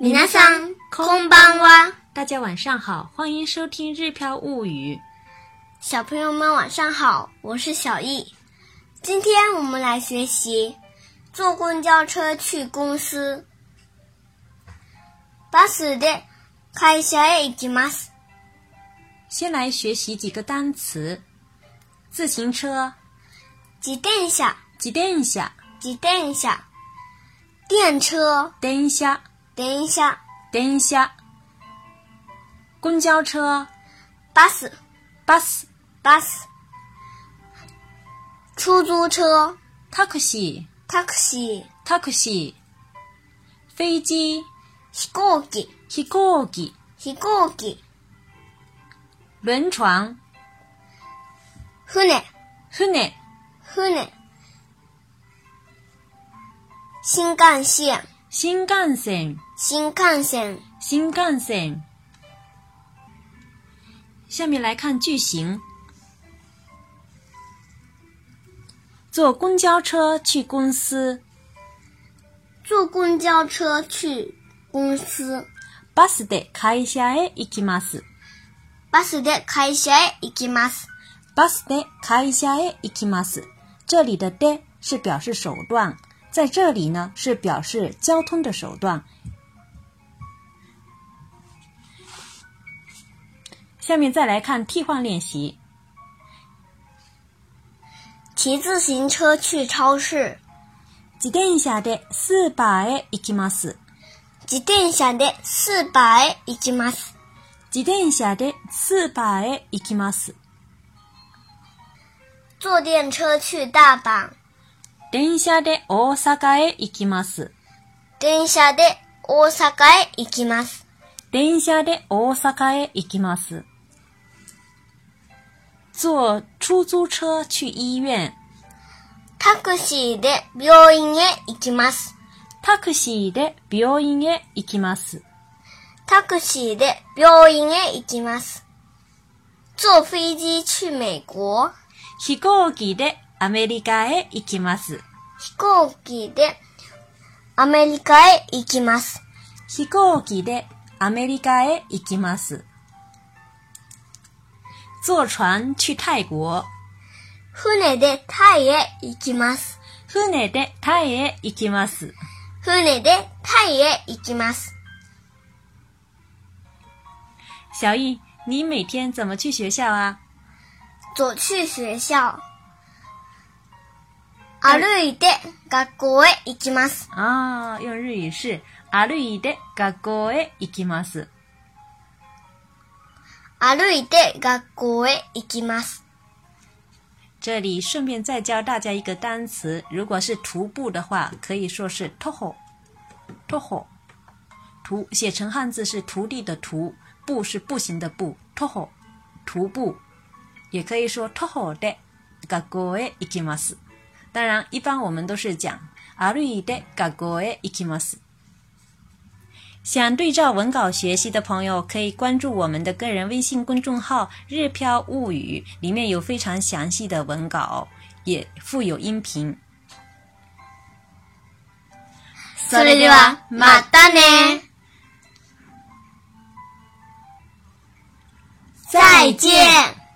皆さん、こんばんは。大家晚上好，欢迎收听《日飘物语》。小朋友们晚上好，我是小易。今天我们来学习坐公交车去公司。バスで会社へ行きます。先来学习几个单词：自行车、自転車、自転車、自転車、電車、電車、電車、電車、公交车、バス、バス、バス、出租车、タクシタクシー、ー、タクシー、飞机、飛行機、飛行機、飛行機、轮船、船、船、船、新幹線、新幹線、新幹線、新幹線。下面来看句型。坐公交车去公司，坐公交车去公司、バスで会社へ行きます。バスで会社へ行きます。バスで会社へ行きます。这里的で是表示手段，在这里呢是表示交通的手段。下面再来看替换练习。骑自行车去超市、自転車でスーパーへ行きます。自転車でスーパーへ行きます。自転車でスーパーへ行きます。坐電車去大阪、電車で大阪へ行きます。電車で大阪へ行きます。電車で大阪へ行きます。坐出租车去医院。タクシーで病院へ行きます。タクシーで病院へ行きます。タクシーで病院へ行きます。坐飞机去美国、飛行機でアメリカへ行きます。飛行機でアメリカへ行きます。飛行機でアメリカへ行きます。坐船去泰国。船でタイへ行きます。船でタイへ行きます。船でタイへ行きます。小易，你每天怎么去学校啊？走去学校。歩いて学校へ行きます。啊，用日语是歩いて学校へ行きます。歩いて学校へ行きます。这里顺便再教大家一个单词，如果是徒步的话，可以说是 toho，toho，徒写成汉字是徒弟的徒，步是步行的步，toho，徒步，也可以说 toho de 学校へ行きます。当然，一般我们都是讲歩いて学校へ行きます。想对照文稿学习的朋友，可以关注我们的个人微信公众号“日飘物语”，里面有非常详细的文稿，也附有音频。それでは、またね再见